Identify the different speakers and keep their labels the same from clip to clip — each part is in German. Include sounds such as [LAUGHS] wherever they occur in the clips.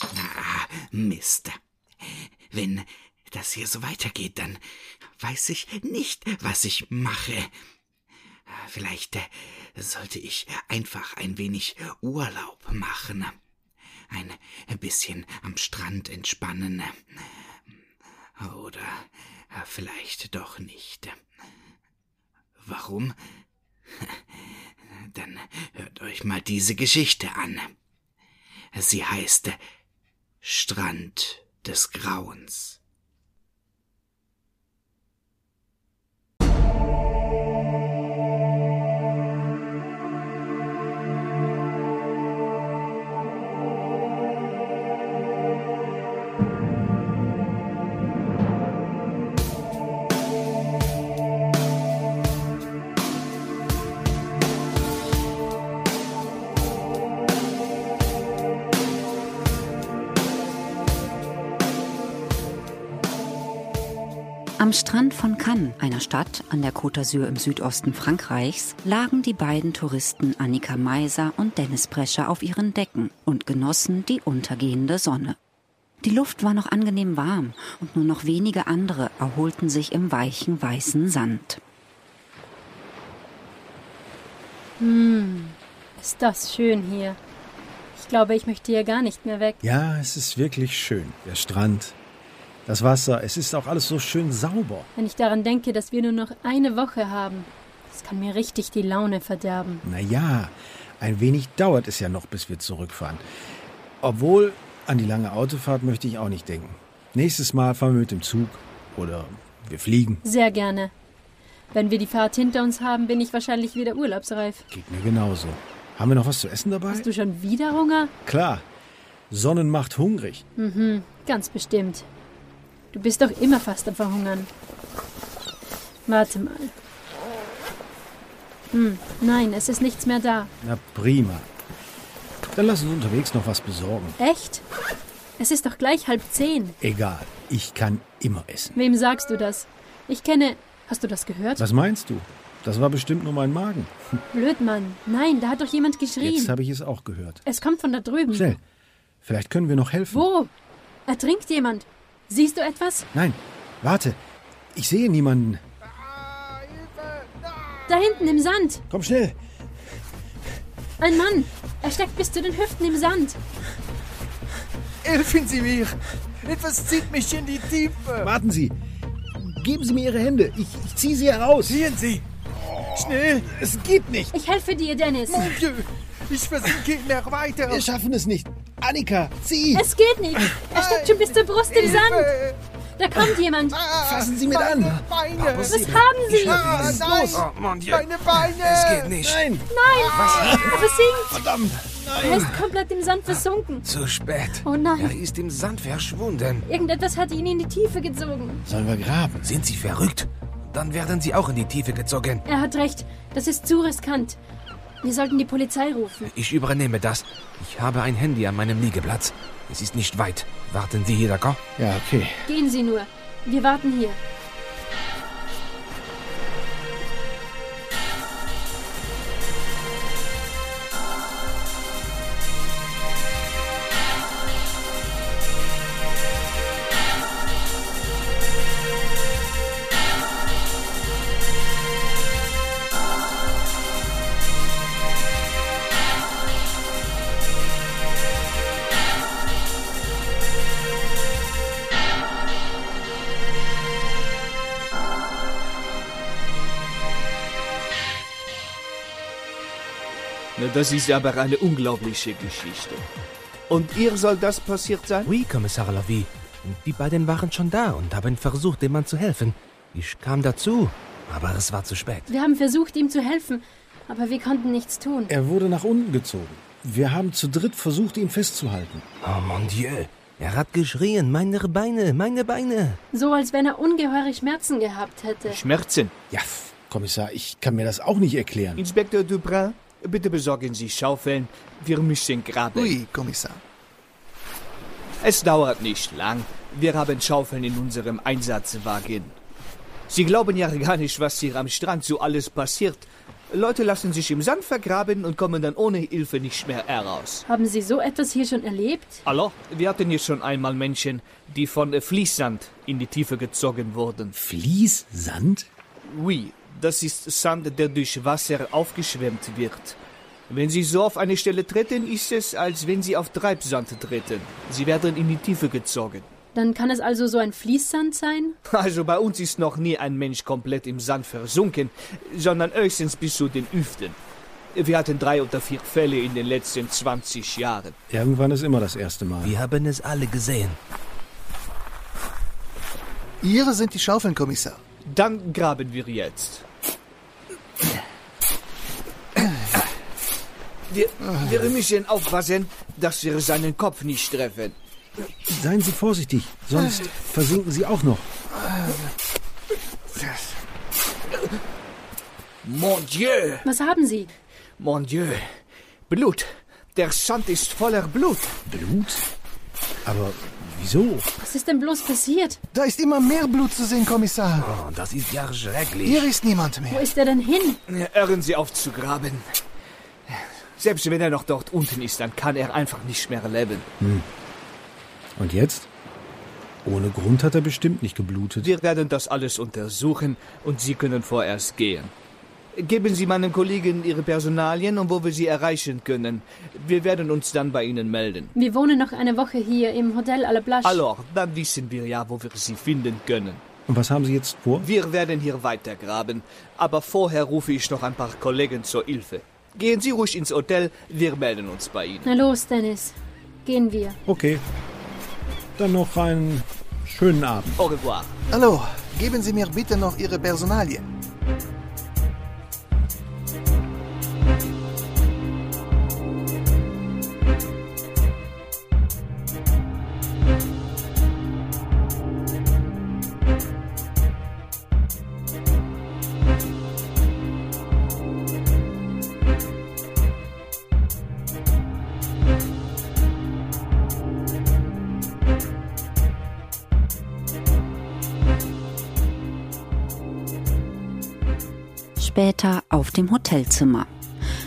Speaker 1: Ah, Mist. Wenn das hier so weitergeht, dann weiß ich nicht, was ich mache. Vielleicht äh, sollte ich einfach ein wenig Urlaub machen. Ein bisschen am Strand entspannen. Oder äh, vielleicht doch nicht. Warum? Dann hört euch mal diese Geschichte an. Sie heißt äh, Strand des Grauens.
Speaker 2: Am Strand von Cannes, einer Stadt an der Côte d'Azur im Südosten Frankreichs, lagen die beiden Touristen Annika Meiser und Dennis Brescher auf ihren Decken und genossen die untergehende Sonne. Die Luft war noch angenehm warm und nur noch wenige andere erholten sich im weichen weißen Sand.
Speaker 3: Hm, ist das schön hier. Ich glaube, ich möchte hier gar nicht mehr weg.
Speaker 4: Ja, es ist wirklich schön. Der Strand, das Wasser, es ist auch alles so schön sauber.
Speaker 3: Wenn ich daran denke, dass wir nur noch eine Woche haben, das kann mir richtig die Laune verderben.
Speaker 4: Naja, ein wenig dauert es ja noch, bis wir zurückfahren. Obwohl, an die lange Autofahrt möchte ich auch nicht denken. Nächstes Mal fahren wir mit dem Zug oder wir fliegen.
Speaker 3: Sehr gerne. Wenn wir die Fahrt hinter uns haben, bin ich wahrscheinlich wieder urlaubsreif.
Speaker 4: Geht mir genauso. Haben wir noch was zu essen dabei?
Speaker 3: Hast du schon wieder Hunger?
Speaker 4: Klar. Sonnen macht hungrig.
Speaker 3: Mhm, ganz bestimmt. Du bist doch immer fast am Verhungern. Warte mal. Hm, nein, es ist nichts mehr da.
Speaker 4: Na prima. Dann lass uns unterwegs noch was besorgen.
Speaker 3: Echt? Es ist doch gleich halb zehn.
Speaker 4: Egal, ich kann immer essen.
Speaker 3: Wem sagst du das? Ich kenne. Hast du das gehört?
Speaker 4: Was meinst du? Das war bestimmt nur mein Magen.
Speaker 3: Blödmann. Nein, da hat doch jemand geschrien.
Speaker 4: Jetzt habe ich es auch gehört.
Speaker 3: Es kommt von da drüben.
Speaker 4: Schnell. Vielleicht können wir noch helfen.
Speaker 3: Wo? Ertrinkt jemand? Siehst du etwas?
Speaker 4: Nein, warte. Ich sehe niemanden.
Speaker 3: Da hinten im Sand.
Speaker 4: Komm schnell.
Speaker 3: Ein Mann. Er steckt bis zu den Hüften im Sand.
Speaker 5: Helfen Sie mir. Etwas zieht mich in die Tiefe.
Speaker 4: Warten Sie. Geben Sie mir Ihre Hände. Ich, ich ziehe Sie heraus.
Speaker 5: Ziehen Sie. Schnell.
Speaker 4: Es geht nicht.
Speaker 3: Ich helfe dir, Dennis.
Speaker 5: Mon Dieu. Ich versinke in der Weite.
Speaker 4: Wir schaffen es nicht. Annika, zieh.
Speaker 3: Es geht nicht. Er steckt schon bis zur Brust im Sand.
Speaker 5: Hilfe.
Speaker 3: Da kommt jemand.
Speaker 4: Fassen Sie mit an.
Speaker 5: Beine.
Speaker 4: Was
Speaker 3: Was haben Sie?
Speaker 5: Ah, nein. Meine Beine.
Speaker 6: Es geht nicht.
Speaker 4: Nein,
Speaker 3: Nein. Er versinkt.
Speaker 4: verdammt.
Speaker 3: Er ist komplett im Sand versunken.
Speaker 6: Zu spät.
Speaker 3: Oh nein.
Speaker 6: Er ist im Sand verschwunden.
Speaker 3: Irgendetwas hat ihn in die Tiefe gezogen.
Speaker 4: Sollen wir graben?
Speaker 6: Sind Sie verrückt? Dann werden Sie auch in die Tiefe gezogen.
Speaker 3: Er hat recht. Das ist zu riskant. Wir sollten die Polizei rufen.
Speaker 6: Ich übernehme das. Ich habe ein Handy an meinem Liegeplatz. Es ist nicht weit. Warten Sie hier, d'accord?
Speaker 4: Ja, okay.
Speaker 3: Gehen Sie nur. Wir warten hier.
Speaker 7: Na, das ist aber eine unglaubliche Geschichte.
Speaker 8: Und ihr soll das passiert sein?
Speaker 6: Oui, Kommissar Lavie. Und die beiden waren schon da und haben versucht, dem Mann zu helfen. Ich kam dazu, aber es war zu spät.
Speaker 3: Wir haben versucht, ihm zu helfen, aber wir konnten nichts tun.
Speaker 4: Er wurde nach unten gezogen. Wir haben zu dritt versucht, ihn festzuhalten.
Speaker 6: Oh mon Dieu. Er hat geschrien, meine Beine, meine Beine.
Speaker 3: So, als wenn er ungeheure Schmerzen gehabt hätte.
Speaker 7: Schmerzen.
Speaker 4: Ja, Kommissar, ich kann mir das auch nicht erklären.
Speaker 7: Inspektor Duprat, bitte besorgen Sie Schaufeln. Wir müssen graben.
Speaker 8: Oui, Kommissar.
Speaker 7: Es dauert nicht lang. Wir haben Schaufeln in unserem Einsatzwagen. Sie glauben ja gar nicht, was hier am Strand so alles passiert.
Speaker 8: Leute lassen sich im Sand vergraben und kommen dann ohne Hilfe nicht mehr heraus.
Speaker 3: Haben Sie so etwas hier schon erlebt?
Speaker 7: Hallo, wir hatten hier schon einmal Menschen, die von äh, Fließsand in die Tiefe gezogen wurden.
Speaker 4: Fließsand?
Speaker 7: Oui, das ist Sand, der durch Wasser aufgeschwemmt wird. Wenn Sie so auf eine Stelle treten, ist es, als wenn Sie auf Treibsand treten. Sie werden in die Tiefe gezogen. [LAUGHS]
Speaker 3: Dann kann es also so ein Fließsand sein?
Speaker 7: Also bei uns ist noch nie ein Mensch komplett im Sand versunken, sondern höchstens bis zu den Üften. Wir hatten drei oder vier Fälle in den letzten 20 Jahren.
Speaker 4: Irgendwann ist immer das erste Mal.
Speaker 6: Wir haben es alle gesehen.
Speaker 9: Ihre sind die Schaufeln, Kommissar.
Speaker 7: Dann graben wir jetzt. Wir, wir müssen aufpassen, dass wir seinen Kopf nicht treffen.
Speaker 4: Seien Sie vorsichtig, sonst versinken Sie auch noch.
Speaker 7: Mon Dieu!
Speaker 3: Was haben Sie?
Speaker 7: Mon Dieu! Blut! Der Sand ist voller Blut!
Speaker 4: Blut? Aber wieso?
Speaker 3: Was ist denn bloß passiert?
Speaker 9: Da ist immer mehr Blut zu sehen, Kommissar.
Speaker 6: Oh, das ist ja schrecklich.
Speaker 9: Hier ist niemand
Speaker 3: Wo
Speaker 9: mehr.
Speaker 3: ist er denn hin?
Speaker 7: Hören Sie auf zu graben. Selbst wenn er noch dort unten ist, dann kann er einfach nicht mehr leben.
Speaker 4: Und jetzt? Ohne Grund hat er bestimmt nicht geblutet.
Speaker 7: Wir werden das alles untersuchen und Sie können vorerst gehen. Geben Sie meinen Kollegen Ihre Personalien und wo wir Sie erreichen können. Wir werden uns dann bei Ihnen melden.
Speaker 3: Wir wohnen noch eine Woche hier im Hotel à la Plage.
Speaker 7: Alors, dann wissen wir ja, wo wir Sie finden können.
Speaker 4: Und was haben Sie jetzt vor?
Speaker 7: Wir werden hier weitergraben, aber vorher rufe ich noch ein paar Kollegen zur Hilfe. Gehen Sie ruhig ins Hotel, wir melden uns bei Ihnen.
Speaker 3: Na los, Dennis. Gehen wir.
Speaker 4: Okay. Dann noch einen schönen Abend.
Speaker 7: Au revoir.
Speaker 9: Hallo, geben Sie mir bitte noch Ihre Personalien.
Speaker 2: Später auf dem Hotelzimmer.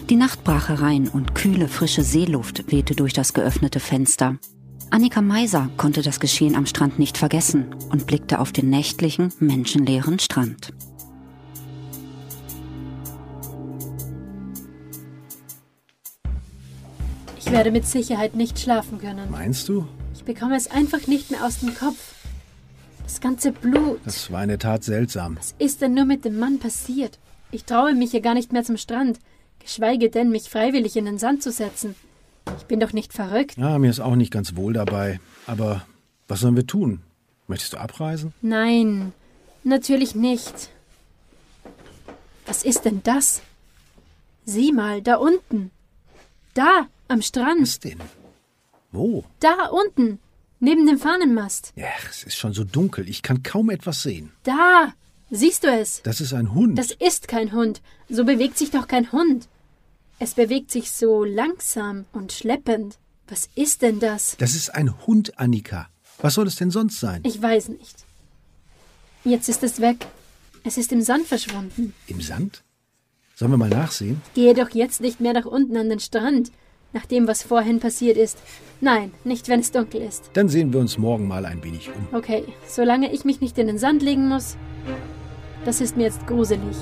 Speaker 2: Die Nacht brach herein und kühle, frische Seeluft wehte durch das geöffnete Fenster. Annika Meiser konnte das Geschehen am Strand nicht vergessen und blickte auf den nächtlichen, menschenleeren Strand.
Speaker 3: Ich werde mit Sicherheit nicht schlafen können.
Speaker 4: Meinst du?
Speaker 3: Ich bekomme es einfach nicht mehr aus dem Kopf. Das ganze Blut.
Speaker 4: Das war in der Tat seltsam.
Speaker 3: Was ist denn nur mit dem Mann passiert? Ich traue mich ja gar nicht mehr zum Strand, geschweige denn, mich freiwillig in den Sand zu setzen. Ich bin doch nicht verrückt.
Speaker 4: Ja, mir ist auch nicht ganz wohl dabei. Aber was sollen wir tun? Möchtest du abreisen?
Speaker 3: Nein, natürlich nicht. Was ist denn das? Sieh mal, da unten. Da, am Strand.
Speaker 4: Was denn? Wo?
Speaker 3: Da unten. Neben dem Fahnenmast.
Speaker 4: Ja, es ist schon so dunkel. Ich kann kaum etwas sehen.
Speaker 3: Da. Siehst du es?
Speaker 4: Das ist ein Hund.
Speaker 3: Das ist kein Hund. So bewegt sich doch kein Hund. Es bewegt sich so langsam und schleppend. Was ist denn das?
Speaker 4: das ist ein Hund, Annika. Was soll es denn sonst sein?
Speaker 3: Ich weiß nicht. Jetzt ist es weg. Es ist im Sand verschwunden.
Speaker 4: Im Sand? Sollen wir mal nachsehen?
Speaker 3: Gehe doch jetzt nicht mehr nach unten an den Strand, nach dem, was vorhin passiert ist. Nein, nicht, wenn es dunkel ist.
Speaker 4: Dann sehen wir uns morgen mal ein wenig um.
Speaker 3: Okay, solange ich mich nicht in den Sand legen muss. Das ist mir jetzt gruselig.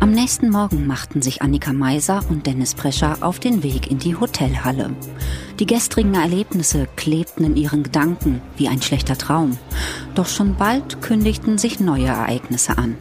Speaker 2: Am nächsten Morgen machten sich Annika Meiser und Dennis Prescher auf den Weg in die Hotelhalle. Die gestrigen Erlebnisse klebten in ihren Gedanken wie ein schlechter Traum. Doch schon bald kündigten sich neue Ereignisse an.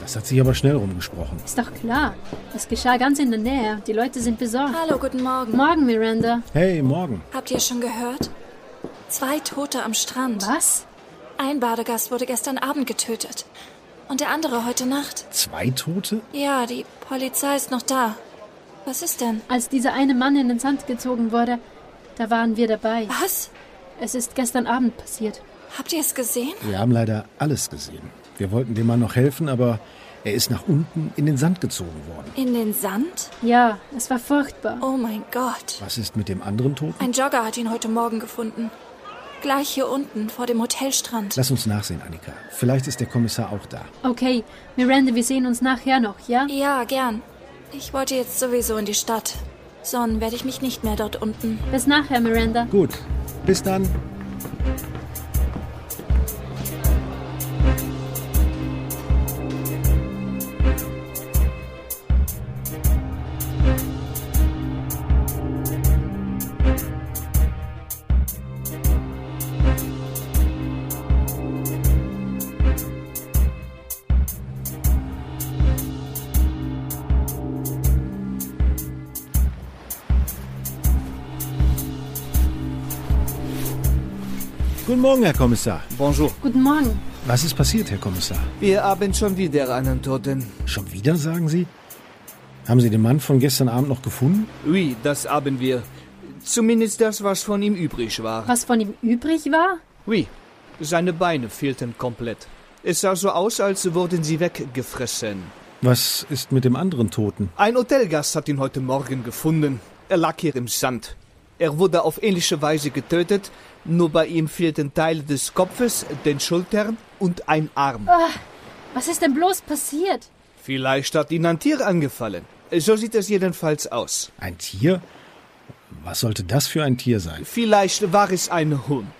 Speaker 4: Das hat sich aber schnell rumgesprochen.
Speaker 3: Ist doch klar. Es geschah ganz in der Nähe. Die Leute sind besorgt.
Speaker 10: Hallo, guten Morgen.
Speaker 3: Morgen, Miranda.
Speaker 4: Hey, morgen.
Speaker 10: Habt ihr schon gehört? Zwei Tote am Strand.
Speaker 3: Was?
Speaker 10: Ein Badegast wurde gestern Abend getötet. Und der andere heute Nacht.
Speaker 4: Zwei Tote?
Speaker 10: Ja, die Polizei ist noch da. Was ist denn?
Speaker 3: Als dieser eine Mann in den Sand gezogen wurde, da waren wir dabei.
Speaker 10: Was?
Speaker 3: Es ist gestern Abend passiert.
Speaker 10: Habt ihr es gesehen?
Speaker 4: Wir haben leider alles gesehen. Wir wollten dem Mann noch helfen, aber er ist nach unten in den Sand gezogen worden.
Speaker 10: In den Sand?
Speaker 3: Ja, es war furchtbar.
Speaker 10: Oh mein Gott.
Speaker 4: Was ist mit dem anderen Toten?
Speaker 10: Ein Jogger hat ihn heute Morgen gefunden. Gleich hier unten, vor dem Hotelstrand.
Speaker 4: Lass uns nachsehen, Annika. Vielleicht ist der Kommissar auch da.
Speaker 3: Okay, Miranda, wir sehen uns nachher noch, ja?
Speaker 10: Ja, gern. Ich wollte jetzt sowieso in die Stadt. Sonnen werde ich mich nicht mehr dort unten.
Speaker 3: Bis nachher, Miranda.
Speaker 4: Gut, bis dann. Guten Morgen, Herr Kommissar.
Speaker 7: Bonjour.
Speaker 3: Guten Morgen.
Speaker 4: Was ist passiert, Herr Kommissar?
Speaker 7: Wir haben schon wieder einen Toten.
Speaker 4: Schon wieder, sagen Sie? Haben Sie den Mann von gestern Abend noch gefunden?
Speaker 7: Oui, das haben wir. Zumindest das, was von ihm übrig war.
Speaker 3: Was von ihm übrig war?
Speaker 7: Oui, seine Beine fehlten komplett. Es sah so aus, als wurden sie weggefressen.
Speaker 4: Was ist mit dem anderen Toten?
Speaker 7: Ein Hotelgast hat ihn heute Morgen gefunden. Er lag hier im Sand. Er wurde auf ähnliche Weise getötet, nur bei ihm fehlten Teile des Kopfes, den Schultern und ein Arm.
Speaker 3: Ah, was ist denn bloß passiert?
Speaker 7: Vielleicht hat ihn ein Tier angefallen. So sieht es jedenfalls aus.
Speaker 4: Ein Tier? Was sollte das für ein Tier sein?
Speaker 7: Vielleicht war es ein Hund.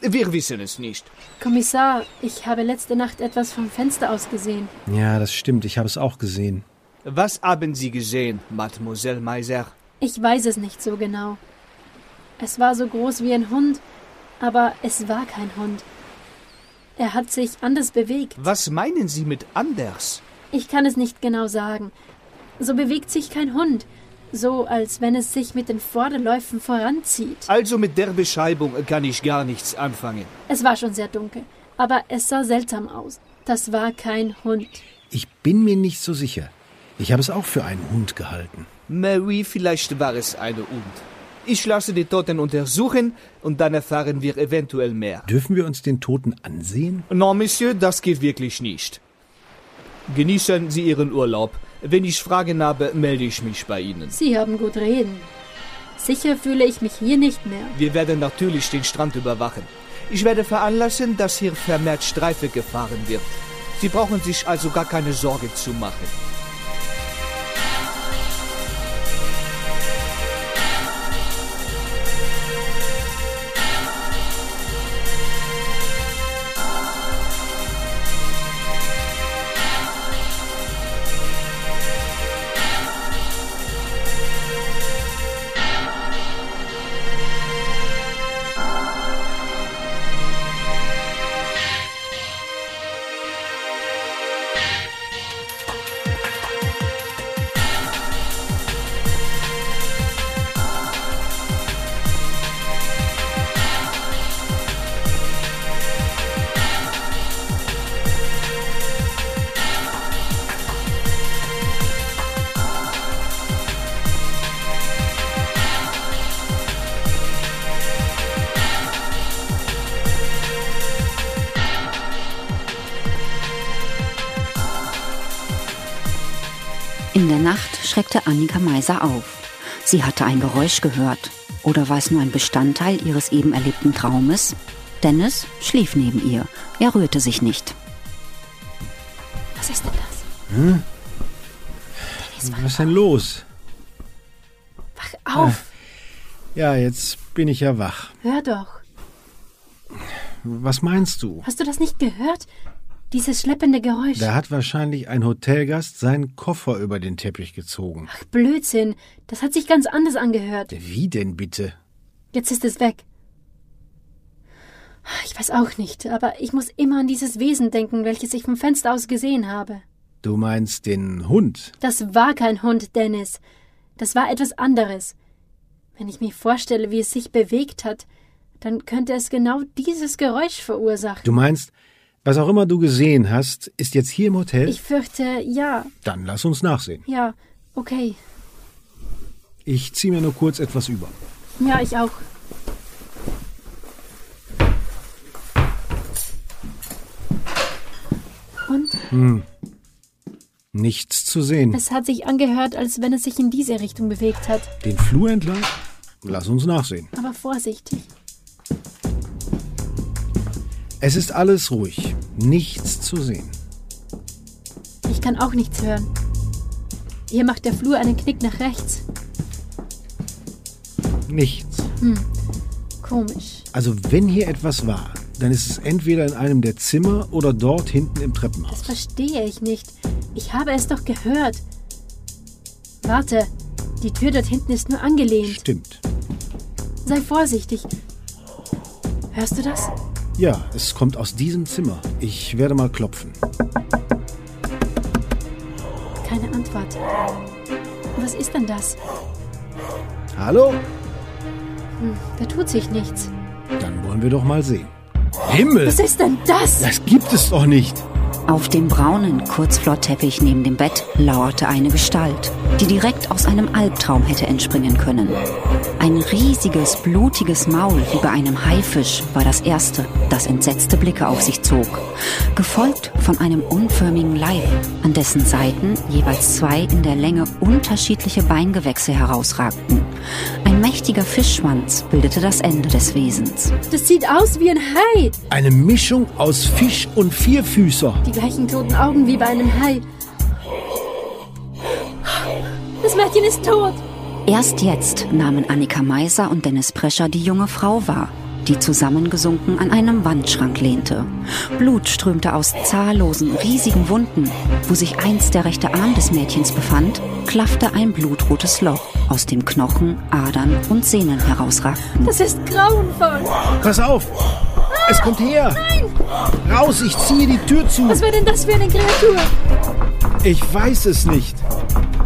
Speaker 7: Wir wissen es nicht.
Speaker 3: Kommissar, ich habe letzte Nacht etwas vom Fenster aus gesehen.
Speaker 4: Ja, das stimmt, ich habe es auch gesehen.
Speaker 7: Was haben Sie gesehen, Mademoiselle Meiser?
Speaker 3: Ich weiß es nicht so genau. Es war so groß wie ein Hund, aber es war kein Hund. Er hat sich anders bewegt.
Speaker 7: Was meinen Sie mit anders?
Speaker 3: Ich kann es nicht genau sagen. So bewegt sich kein Hund, so als wenn es sich mit den Vorderläufen voranzieht.
Speaker 7: Also mit der Beschreibung kann ich gar nichts anfangen.
Speaker 3: Es war schon sehr dunkel, aber es sah seltsam aus. Das war kein Hund.
Speaker 4: Ich bin mir nicht so sicher. Ich habe es auch für einen Hund gehalten.
Speaker 7: Mary, vielleicht war es eine Hund. Ich lasse die Toten untersuchen und dann erfahren wir eventuell mehr.
Speaker 4: Dürfen wir uns den Toten ansehen?
Speaker 7: Non, Monsieur, das geht wirklich nicht. Genießen Sie Ihren Urlaub. Wenn ich Fragen habe, melde ich mich bei Ihnen.
Speaker 3: Sie haben gut reden. Sicher fühle ich mich hier nicht mehr.
Speaker 7: Wir werden natürlich den Strand überwachen. Ich werde veranlassen, dass hier vermehrt Streife gefahren wird. Sie brauchen sich also gar keine Sorge zu machen.
Speaker 2: In der Nacht schreckte Annika Meiser auf. Sie hatte ein Geräusch gehört. Oder war es nur ein Bestandteil ihres eben erlebten Traumes? Dennis schlief neben ihr. Er rührte sich nicht.
Speaker 10: Was ist denn das?
Speaker 4: Hm? Was ist denn los?
Speaker 3: Wach auf!
Speaker 4: Ja, jetzt bin ich ja wach.
Speaker 3: Hör doch.
Speaker 4: Was meinst du?
Speaker 3: Hast du das nicht gehört? Dieses schleppende Geräusch.
Speaker 4: Da hat wahrscheinlich ein Hotelgast seinen Koffer über den Teppich gezogen.
Speaker 3: Ach, Blödsinn. Das hat sich ganz anders angehört.
Speaker 4: Wie denn bitte?
Speaker 3: Jetzt ist es weg. Ich weiß auch nicht, aber ich muss immer an dieses Wesen denken, welches ich vom Fenster aus gesehen habe.
Speaker 4: Du meinst den Hund?
Speaker 3: Das war kein Hund, Dennis. Das war etwas anderes. Wenn ich mir vorstelle, wie es sich bewegt hat, dann könnte es genau dieses Geräusch verursachen.
Speaker 4: Du meinst, was auch immer du gesehen hast, ist jetzt hier im Hotel?
Speaker 3: Ich fürchte, ja.
Speaker 4: Dann lass uns nachsehen.
Speaker 3: Ja, okay.
Speaker 4: Ich ziehe mir nur kurz etwas über.
Speaker 3: Ja, ich auch. Und?
Speaker 4: Hm. Nichts zu sehen.
Speaker 3: Es hat sich angehört, als wenn es sich in diese Richtung bewegt hat.
Speaker 4: Den Flur entlang? Lass uns nachsehen.
Speaker 3: Aber vorsichtig.
Speaker 4: Es ist alles ruhig. Nichts zu sehen.
Speaker 3: Ich kann auch nichts hören. Hier macht der Flur einen Knick nach rechts.
Speaker 4: Nichts.
Speaker 3: Hm. Komisch.
Speaker 4: Also wenn hier etwas war, dann ist es entweder in einem der Zimmer oder dort hinten im Treppenhaus.
Speaker 3: Das verstehe ich nicht. Ich habe es doch gehört. Warte, die Tür dort hinten ist nur angelehnt.
Speaker 4: Stimmt.
Speaker 3: Sei vorsichtig. Hörst du das?
Speaker 4: Ja, es kommt aus diesem Zimmer. Ich werde mal klopfen.
Speaker 3: Keine Antwort. Was ist denn das?
Speaker 4: Hallo?
Speaker 3: Hm, da tut sich nichts.
Speaker 4: Dann wollen wir doch mal sehen. Himmel!
Speaker 3: Was ist denn das?
Speaker 4: Das gibt es doch nicht!
Speaker 2: Auf dem braunen Kurzflottteppich neben dem Bett lauerte eine Gestalt, die direkt aus einem Albtraum hätte entspringen können. Ein riesiges, blutiges Maul wie bei einem Haifisch war das erste, das entsetzte Blicke auf sich zog, gefolgt von einem unförmigen Leib, an dessen Seiten jeweils zwei in der Länge unterschiedliche Beingewächse herausragten. Ein mächtiger Fischschwanz bildete das Ende des Wesens.
Speaker 3: Das sieht aus wie ein Hai.
Speaker 4: Eine Mischung aus Fisch und Vierfüßer.
Speaker 3: Die gleichen toten Augen wie bei einem Hai. Das Mädchen ist tot.
Speaker 2: Erst jetzt nahmen Annika Meiser und Dennis Prescher die junge Frau wahr, die zusammengesunken an einem Wandschrank lehnte. Blut strömte aus zahllosen, riesigen Wunden. Wo sich einst der rechte Arm des Mädchens befand, klaffte ein blutrotes Loch, aus dem Knochen, Adern und Sehnen herausragten.
Speaker 3: Das ist grauenvoll.
Speaker 4: Pass auf! Es kommt her!
Speaker 3: Nein!
Speaker 4: Raus, ich ziehe die Tür zu!
Speaker 3: Was war denn das für eine Kreatur?
Speaker 4: Ich weiß es nicht.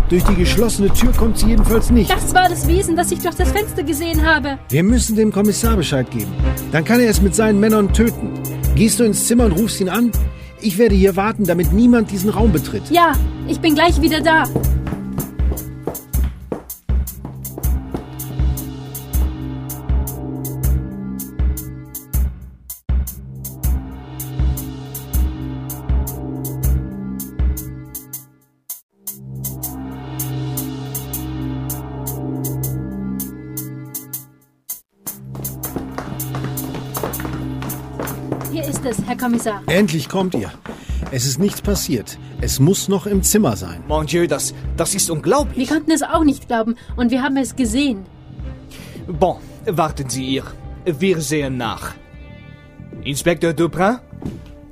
Speaker 4: Durch die geschlossene Tür kommt sie jedenfalls nicht.
Speaker 3: Das war das Wesen, das ich durch das Fenster gesehen habe.
Speaker 4: Wir müssen dem Kommissar Bescheid geben. Dann kann er es mit seinen Männern töten. Gehst du ins Zimmer und rufst ihn an? Ich werde hier warten, damit niemand diesen Raum betritt.
Speaker 3: Ja, ich bin gleich wieder da. Herr Kommissar.
Speaker 4: Endlich kommt ihr. Es ist nichts passiert. Es muss noch im Zimmer sein.
Speaker 7: Mon Dieu, das, das ist unglaublich.
Speaker 3: Wir konnten es auch nicht glauben und wir haben es gesehen.
Speaker 7: Bon, warten Sie hier. Wir sehen nach. Inspektor Duprin,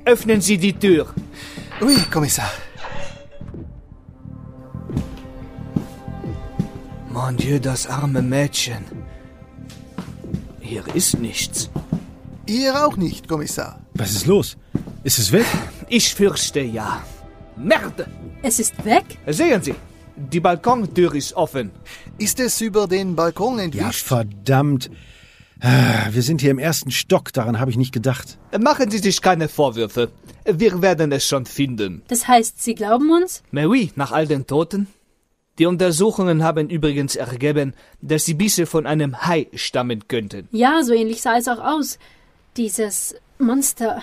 Speaker 7: öffnen Sie die Tür.
Speaker 9: Oui, Kommissar.
Speaker 7: Mon Dieu, das arme Mädchen. Hier ist nichts.
Speaker 9: Ihr auch nicht, Kommissar.
Speaker 4: Was ist los? Ist es weg?
Speaker 7: Ich fürchte ja. Merde!
Speaker 3: Es ist weg?
Speaker 7: Sehen Sie, die Balkontür ist offen.
Speaker 9: Ist es über den Balkon entwischt?
Speaker 4: Ja, verdammt. Ah, Wir sind hier im ersten Stock, daran habe ich nicht gedacht.
Speaker 7: Machen Sie sich keine Vorwürfe. Wir werden es schon finden.
Speaker 3: Das heißt, Sie glauben uns?
Speaker 7: Mais oui, nach all den Toten. Die Untersuchungen haben übrigens ergeben, dass die Bisse von einem Hai stammen könnten.
Speaker 3: Ja, so ähnlich sah es auch aus. Dieses Monster.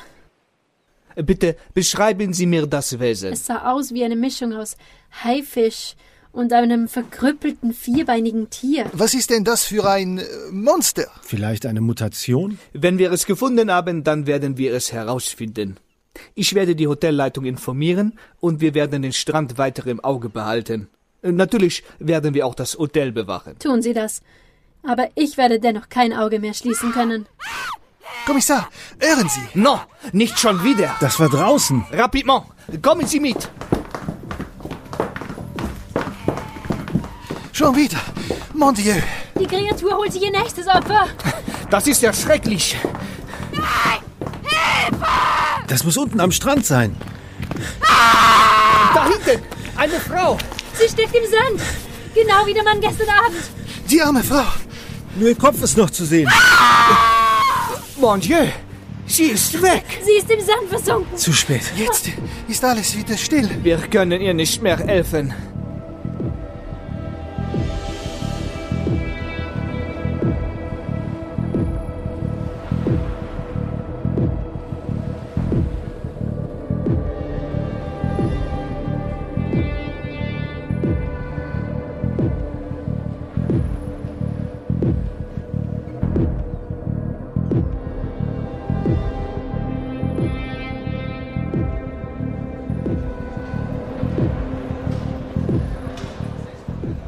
Speaker 7: Bitte beschreiben Sie mir das Wesen.
Speaker 3: Es sah aus wie eine Mischung aus Haifisch und einem verkrüppelten vierbeinigen Tier.
Speaker 9: Was ist denn das für ein äh, Monster?
Speaker 4: Vielleicht eine Mutation?
Speaker 7: Wenn wir es gefunden haben, dann werden wir es herausfinden. Ich werde die Hotelleitung informieren und wir werden den Strand weiter im Auge behalten. Äh, Natürlich werden wir auch das Hotel bewachen.
Speaker 3: Tun Sie das. Aber ich werde dennoch kein Auge mehr schließen können.
Speaker 9: Kommissar, hören Sie!
Speaker 7: No, nicht schon wieder!
Speaker 4: Das war draußen!
Speaker 7: Rapidement! Kommen Sie mit!
Speaker 9: Schon wieder! Mon Dieu!
Speaker 3: Die Kreatur holt sich ihr nächstes Opfer!
Speaker 7: Das ist ja schrecklich!
Speaker 11: Nein! Hilfe!
Speaker 4: Das muss unten am Strand sein!
Speaker 7: Da
Speaker 8: Eine Frau!
Speaker 3: Sie steckt im Sand! Genau wie der Mann gestern Abend!
Speaker 9: Die arme Frau!
Speaker 4: Nur ihr Kopf ist noch zu sehen.
Speaker 8: Mon Dieu! Sie ist weg!
Speaker 3: Sie ist im Sand versunken!
Speaker 4: Zu spät.
Speaker 9: Jetzt ist alles wieder still.
Speaker 8: Wir können ihr nicht mehr helfen.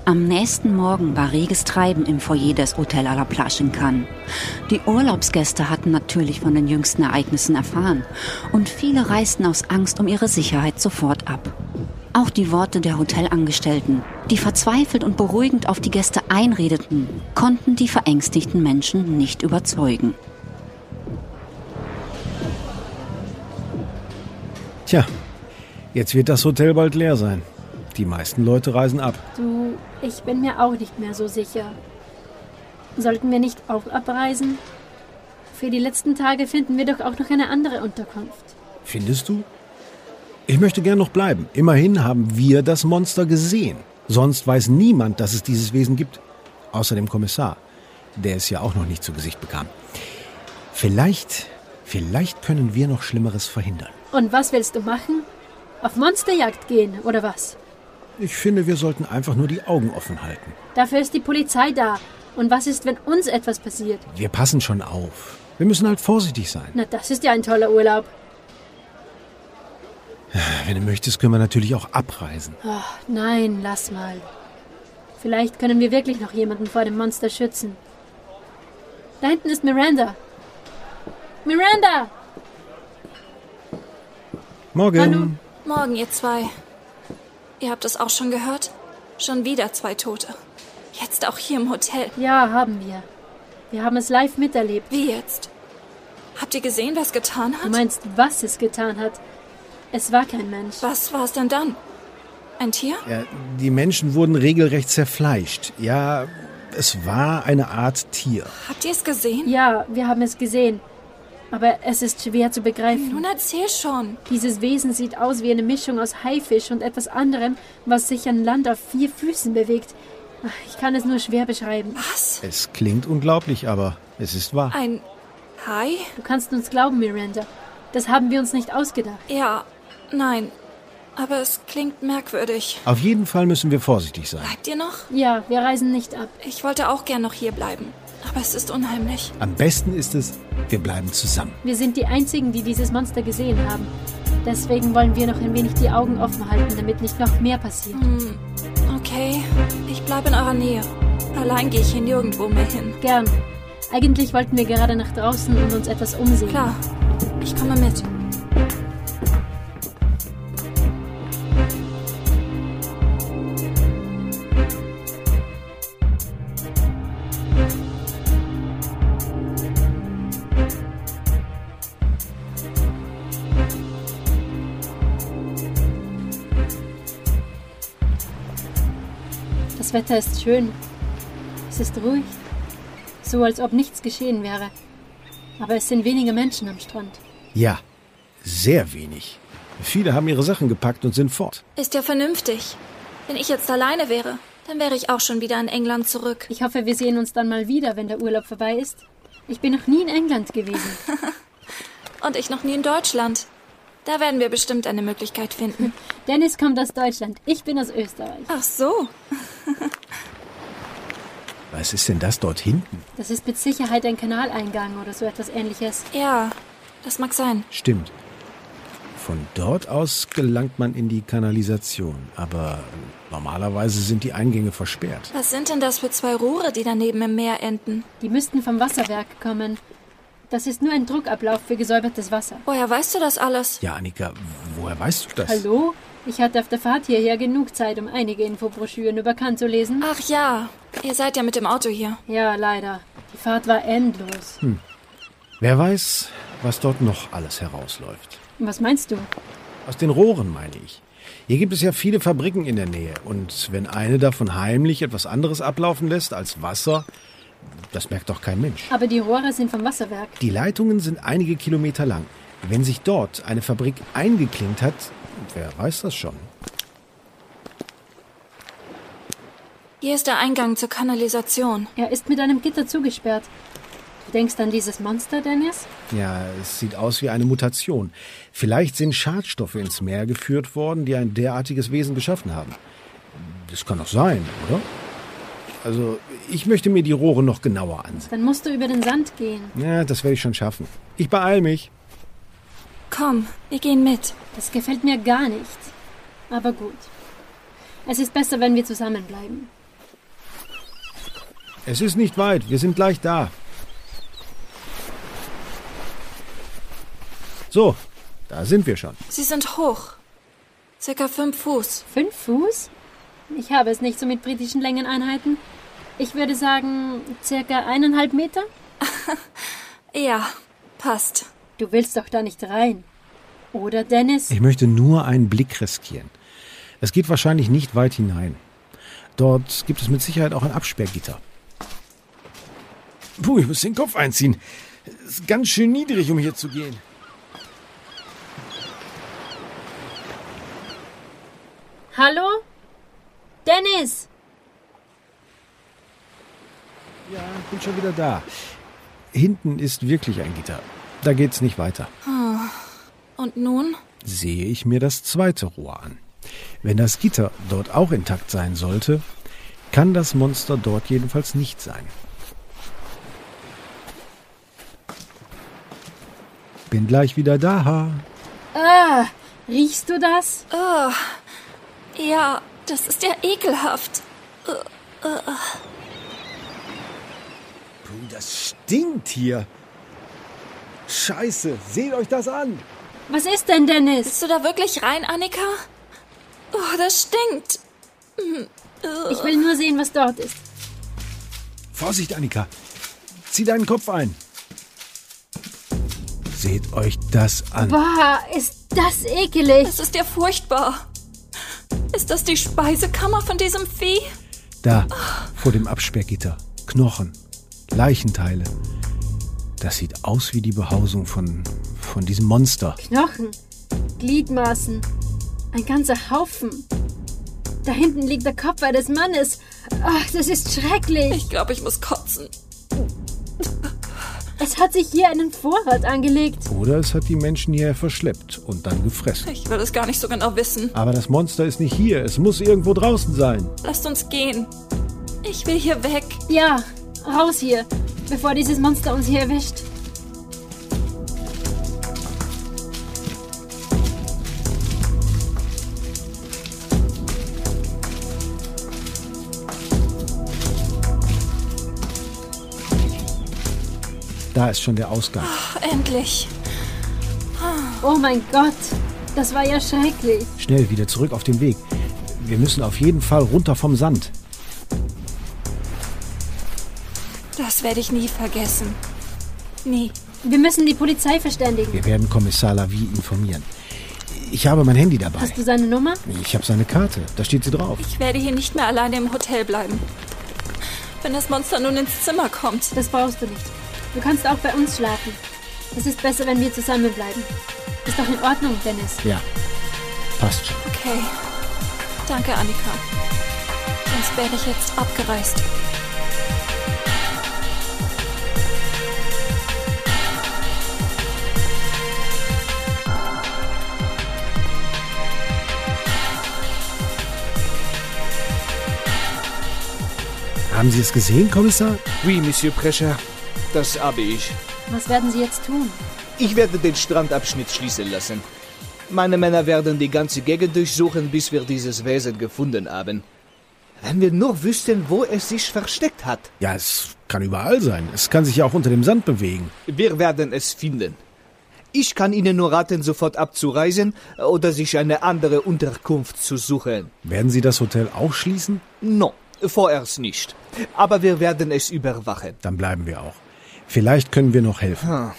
Speaker 2: Am nächsten Morgen war reges Treiben im Foyer des Hotel à la Plage in Cannes. Die Urlaubsgäste hatten natürlich von den jüngsten Ereignissen erfahren und viele reisten aus Angst um ihre Sicherheit sofort ab. Auch die Worte der Hotelangestellten, die verzweifelt und beruhigend auf die Gäste einredeten, konnten die verängstigten Menschen nicht überzeugen.
Speaker 4: Tja, jetzt wird das Hotel bald leer sein. Die meisten Leute reisen ab.
Speaker 3: Du, ich bin mir auch nicht mehr so sicher. Sollten wir nicht auch abreisen? Für die letzten Tage finden wir doch auch noch eine andere Unterkunft.
Speaker 4: Findest du? Ich möchte gern noch bleiben. Immerhin haben wir das Monster gesehen. Sonst weiß niemand, dass es dieses Wesen gibt. Außer dem Kommissar, der es ja auch noch nicht zu Gesicht bekam. Vielleicht, vielleicht können wir noch Schlimmeres verhindern.
Speaker 3: Und was willst du machen? Auf Monsterjagd gehen, oder was?
Speaker 4: Ich finde, wir sollten einfach nur die Augen offen halten.
Speaker 3: Dafür ist die Polizei da. Und was ist, wenn uns etwas passiert?
Speaker 4: Wir passen schon auf. Wir müssen halt vorsichtig sein.
Speaker 3: Na, das ist ja ein toller Urlaub.
Speaker 4: Wenn du möchtest, können wir natürlich auch abreisen.
Speaker 3: Ach, nein, lass mal. Vielleicht können wir wirklich noch jemanden vor dem Monster schützen. Da hinten ist Miranda. Miranda!
Speaker 4: Morgen.
Speaker 3: Hallo.
Speaker 10: Morgen, ihr zwei. Ihr habt es auch schon gehört? Schon wieder zwei Tote. Jetzt auch hier im Hotel.
Speaker 3: Ja, haben wir. Wir haben es live miterlebt.
Speaker 10: Wie jetzt? Habt ihr gesehen, was getan
Speaker 3: Du
Speaker 10: hat?
Speaker 3: meinst, was es getan hat? Es war kein Mensch.
Speaker 10: Was war es denn dann? Ein Tier?
Speaker 4: Ja, die Menschen wurden regelrecht zerfleischt. Ja, es war eine Art Tier.
Speaker 10: Habt ihr es gesehen?
Speaker 3: Ja, wir haben es gesehen. Aber es ist schwer zu begreifen.
Speaker 10: Nun erzähl schon.
Speaker 3: Dieses Wesen sieht aus wie eine Mischung aus Haifisch und etwas anderem, was sich an Land auf vier Füßen bewegt. Ach, Ich kann es nur schwer beschreiben.
Speaker 10: Was?
Speaker 4: Es klingt unglaublich, aber es ist wahr.
Speaker 10: Ein Hai?
Speaker 3: Du kannst uns glauben, Miranda. Das haben wir uns nicht ausgedacht.
Speaker 10: Ja, nein. Aber es klingt merkwürdig.
Speaker 4: Auf jeden Fall müssen wir vorsichtig sein.
Speaker 10: Bleibt ihr noch?
Speaker 3: Ja, wir reisen nicht ab.
Speaker 10: Ich wollte auch gern noch hier bleiben. Aber es ist unheimlich.
Speaker 4: Am besten ist es, wir bleiben zusammen.
Speaker 3: Wir sind die Einzigen, die dieses Monster gesehen haben. Deswegen wollen wir noch ein wenig die Augen offen halten, damit nicht noch mehr passiert.
Speaker 10: Okay, ich bleibe in eurer Nähe. Allein gehe ich hier nirgendwo mehr hin.
Speaker 3: Gern. Eigentlich wollten wir gerade nach draußen und uns etwas umsehen.
Speaker 10: Klar, ich komme mit.
Speaker 3: Das Wetter ist schön. Es ist ruhig. So, als ob nichts geschehen wäre. Aber es sind wenige Menschen am Strand.
Speaker 4: Ja, sehr wenig. Viele haben ihre Sachen gepackt und sind fort.
Speaker 10: Ist ja vernünftig. Wenn ich jetzt alleine wäre, dann wäre ich auch schon wieder in England zurück.
Speaker 3: Ich hoffe, wir sehen uns dann mal wieder, wenn der Urlaub vorbei ist. Ich bin noch nie in England gewesen.
Speaker 10: Und ich noch nie in Deutschland. Da werden wir bestimmt eine Möglichkeit finden.
Speaker 3: Dennis kommt aus Deutschland. Ich bin aus Österreich.
Speaker 10: Ach so.
Speaker 4: Was ist denn das dort hinten?
Speaker 3: Das ist mit Sicherheit ein Kanaleingang oder so etwas ähnliches.
Speaker 10: Ja, das mag sein.
Speaker 4: Stimmt. Von dort aus gelangt man in die Kanalisation, aber normalerweise sind die Eingänge versperrt.
Speaker 10: Was sind denn das für zwei Rohre, die daneben im Meer enden?
Speaker 3: Die müssten vom Wasserwerk kommen. Das ist nur ein Druckablauf für gesäubertes Wasser.
Speaker 10: Woher weißt du das alles?
Speaker 4: Ja, Annika, woher weißt du das?
Speaker 3: Hallo? Ich hatte auf der Fahrt hierher genug Zeit, um einige Infobroschüren über Kant zu lesen.
Speaker 10: Ach ja, ihr seid ja mit dem Auto hier.
Speaker 3: Ja, leider. Die Fahrt war endlos.
Speaker 4: Hm. Wer weiß, was dort noch alles herausläuft.
Speaker 3: Was meinst du?
Speaker 4: Aus den Rohren meine ich. Hier gibt es ja viele Fabriken in der Nähe. Und wenn eine davon heimlich etwas anderes ablaufen lässt als Wasser, das merkt doch kein Mensch.
Speaker 3: Aber die Rohre sind vom Wasserwerk.
Speaker 4: Die Leitungen sind einige Kilometer lang. Wenn sich dort eine Fabrik eingeklinkt hat, wer weiß das schon?
Speaker 10: Hier ist der Eingang zur Kanalisation.
Speaker 3: Er ist mit einem Gitter zugesperrt. Du denkst an dieses Monster, Dennis?
Speaker 4: Ja, es sieht aus wie eine Mutation. Vielleicht sind Schadstoffe ins Meer geführt worden, die ein derartiges Wesen geschaffen haben. Das kann doch sein, oder? Also, ich möchte mir die Rohre noch genauer ansehen.
Speaker 3: Dann musst du über den Sand gehen.
Speaker 4: Ja, das werde ich schon schaffen. Ich beeil mich.
Speaker 10: Komm, wir gehen mit.
Speaker 3: Das gefällt mir gar nicht. Aber gut. Es ist besser, wenn wir zusammenbleiben.
Speaker 4: Es ist nicht weit, wir sind gleich da. So, da sind wir schon.
Speaker 10: Sie sind hoch. Circa fünf Fuß.
Speaker 3: Fünf Fuß? Ich habe es nicht so mit britischen Längeneinheiten. Ich würde sagen, circa eineinhalb Meter?
Speaker 10: ja, passt.
Speaker 3: Du willst doch da nicht rein. Oder, Dennis?
Speaker 4: Ich möchte nur einen Blick riskieren. Es geht wahrscheinlich nicht weit hinein. Dort gibt es mit Sicherheit auch ein Absperrgitter. Puh, ich muss den Kopf einziehen. Ist ganz schön niedrig, um hier zu gehen.
Speaker 3: Hallo? Dennis!
Speaker 4: Ja, ich bin schon wieder da. Hinten ist wirklich ein Gitter. Da geht's nicht weiter.
Speaker 10: Und nun?
Speaker 4: Sehe ich mir das zweite Rohr an. Wenn das Gitter dort auch intakt sein sollte, kann das Monster dort jedenfalls nicht sein. Bin gleich wieder da.
Speaker 3: Ah, riechst du das?
Speaker 10: Oh, ja, das ist ja ekelhaft. Uh, uh.
Speaker 11: Puh, das stinkt hier. Scheiße, seht euch das an.
Speaker 3: Was ist denn, Dennis?
Speaker 10: Bist du da wirklich rein, Annika? Oh, das stinkt.
Speaker 3: Ich will nur sehen, was dort ist.
Speaker 4: Vorsicht, Annika. Zieh deinen Kopf ein. Seht euch das an.
Speaker 3: Boah, ist das ekelig.
Speaker 10: Das ist ja furchtbar. Ist das die Speisekammer von diesem Vieh?
Speaker 4: Da, vor dem Absperrgitter. Knochen, Leichenteile. Das sieht aus wie die Behausung von, von diesem Monster.
Speaker 3: Knochen, Gliedmaßen, ein ganzer Haufen. Da hinten liegt der Kopf eines Mannes. Ach, das ist schrecklich.
Speaker 10: Ich glaube, ich muss kotzen.
Speaker 3: Es hat sich hier einen Vorrat angelegt.
Speaker 4: Oder es hat die Menschen hier verschleppt und dann gefressen.
Speaker 10: Ich will es gar nicht so genau wissen.
Speaker 4: Aber das Monster ist nicht hier. Es muss irgendwo draußen sein.
Speaker 10: Lasst uns gehen. Ich will hier weg.
Speaker 3: Ja, raus hier, bevor dieses Monster uns hier erwischt.
Speaker 4: Da ist schon der Ausgang.
Speaker 10: Oh, endlich.
Speaker 3: Oh mein Gott, das war ja schrecklich.
Speaker 4: Schnell wieder zurück auf den Weg. Wir müssen auf jeden Fall runter vom Sand.
Speaker 10: Das werde ich nie vergessen. Nie.
Speaker 3: Wir müssen die Polizei verständigen.
Speaker 4: Wir werden Kommissar Lavie informieren. Ich habe mein Handy dabei.
Speaker 3: Hast du seine Nummer?
Speaker 4: Ich habe seine Karte. Da steht sie drauf.
Speaker 10: Ich werde hier nicht mehr alleine im Hotel bleiben. Wenn das Monster nun ins Zimmer kommt.
Speaker 3: Das brauchst du nicht. Du kannst auch bei uns schlafen. Es ist besser, wenn wir zusammenbleiben. Ist doch in Ordnung, Dennis.
Speaker 4: Ja. Passt schon.
Speaker 10: Okay. Danke, Annika. Sonst wäre ich jetzt abgereist.
Speaker 4: Haben Sie es gesehen, Kommissar?
Speaker 7: Oui, Monsieur Prescher. Das habe ich.
Speaker 3: Was werden Sie jetzt tun?
Speaker 7: Ich werde den Strandabschnitt schließen lassen. Meine Männer werden die ganze Gegend durchsuchen, bis wir dieses Wesen gefunden haben. Wenn wir nur wüssten, wo es sich versteckt hat.
Speaker 4: Ja, es kann überall sein. Es kann sich ja auch unter dem Sand bewegen.
Speaker 7: Wir werden es finden. Ich kann Ihnen nur raten, sofort abzureisen oder sich eine andere Unterkunft zu suchen.
Speaker 4: Werden Sie das Hotel auch schließen?
Speaker 7: No, vorerst nicht. Aber wir werden es überwachen.
Speaker 4: Dann bleiben wir auch. Vielleicht können wir noch helfen.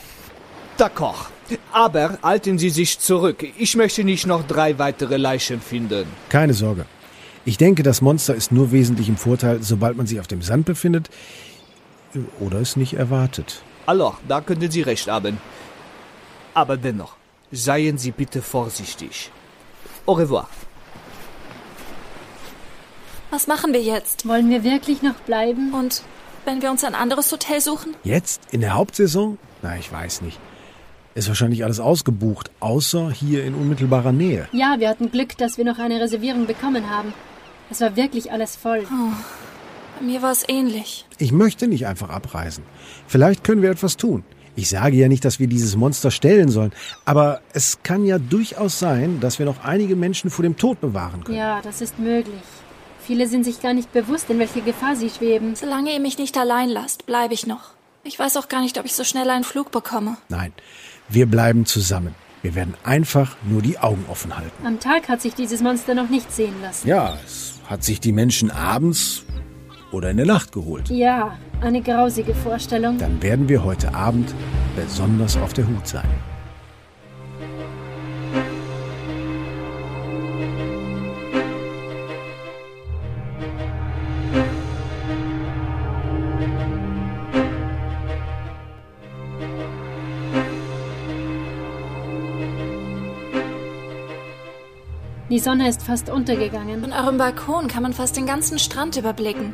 Speaker 7: D'accord. Aber halten Sie sich zurück. Ich möchte nicht noch drei weitere Leichen finden.
Speaker 4: Keine Sorge. Ich denke, das Monster ist nur wesentlich im Vorteil, sobald man sich auf dem Sand befindet oder es nicht erwartet.
Speaker 7: Alors, da könnten Sie recht haben. Aber dennoch, seien Sie bitte vorsichtig. Au revoir.
Speaker 10: Was machen wir jetzt?
Speaker 3: Wollen wir wirklich noch bleiben?
Speaker 10: Und wenn wir uns ein anderes Hotel suchen?
Speaker 4: Jetzt? In der Hauptsaison? Na, ich weiß nicht. Ist wahrscheinlich alles ausgebucht, außer hier in unmittelbarer Nähe.
Speaker 3: Ja, wir hatten Glück, dass wir noch eine Reservierung bekommen haben. Es war wirklich alles voll.
Speaker 10: Oh, bei mir war es ähnlich.
Speaker 4: Ich möchte nicht einfach abreisen. Vielleicht können wir etwas tun. Ich sage ja nicht, dass wir dieses Monster stellen sollen, aber es kann ja durchaus sein, dass wir noch einige Menschen vor dem Tod bewahren können.
Speaker 3: Ja, das ist möglich. Viele sind sich gar nicht bewusst, in welche Gefahr sie schweben.
Speaker 10: Solange ihr mich nicht allein lasst, bleibe ich noch. Ich weiß auch gar nicht, ob ich so schnell einen Flug bekomme.
Speaker 4: Nein, wir bleiben zusammen. Wir werden einfach nur die Augen offen halten.
Speaker 3: Am Tag hat sich dieses Monster noch nicht sehen lassen.
Speaker 4: Ja, es hat sich die Menschen abends oder in der Nacht geholt.
Speaker 3: Ja, eine grausige Vorstellung.
Speaker 4: Dann werden wir heute Abend besonders auf der Hut sein.
Speaker 3: Die Sonne ist fast untergegangen.
Speaker 10: Von eurem Balkon kann man fast den ganzen Strand überblicken.